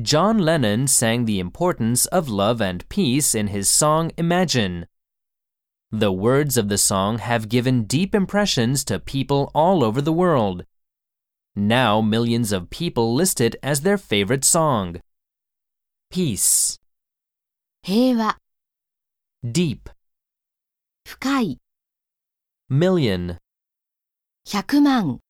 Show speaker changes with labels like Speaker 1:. Speaker 1: John Lennon sang the importance of love and peace in his song Imagine. The words of the song have given deep impressions to people all over the world. Now millions of people list it as their favorite song. Peace,
Speaker 2: 平和、
Speaker 1: deep,
Speaker 2: 深い、
Speaker 1: million.
Speaker 2: 100万。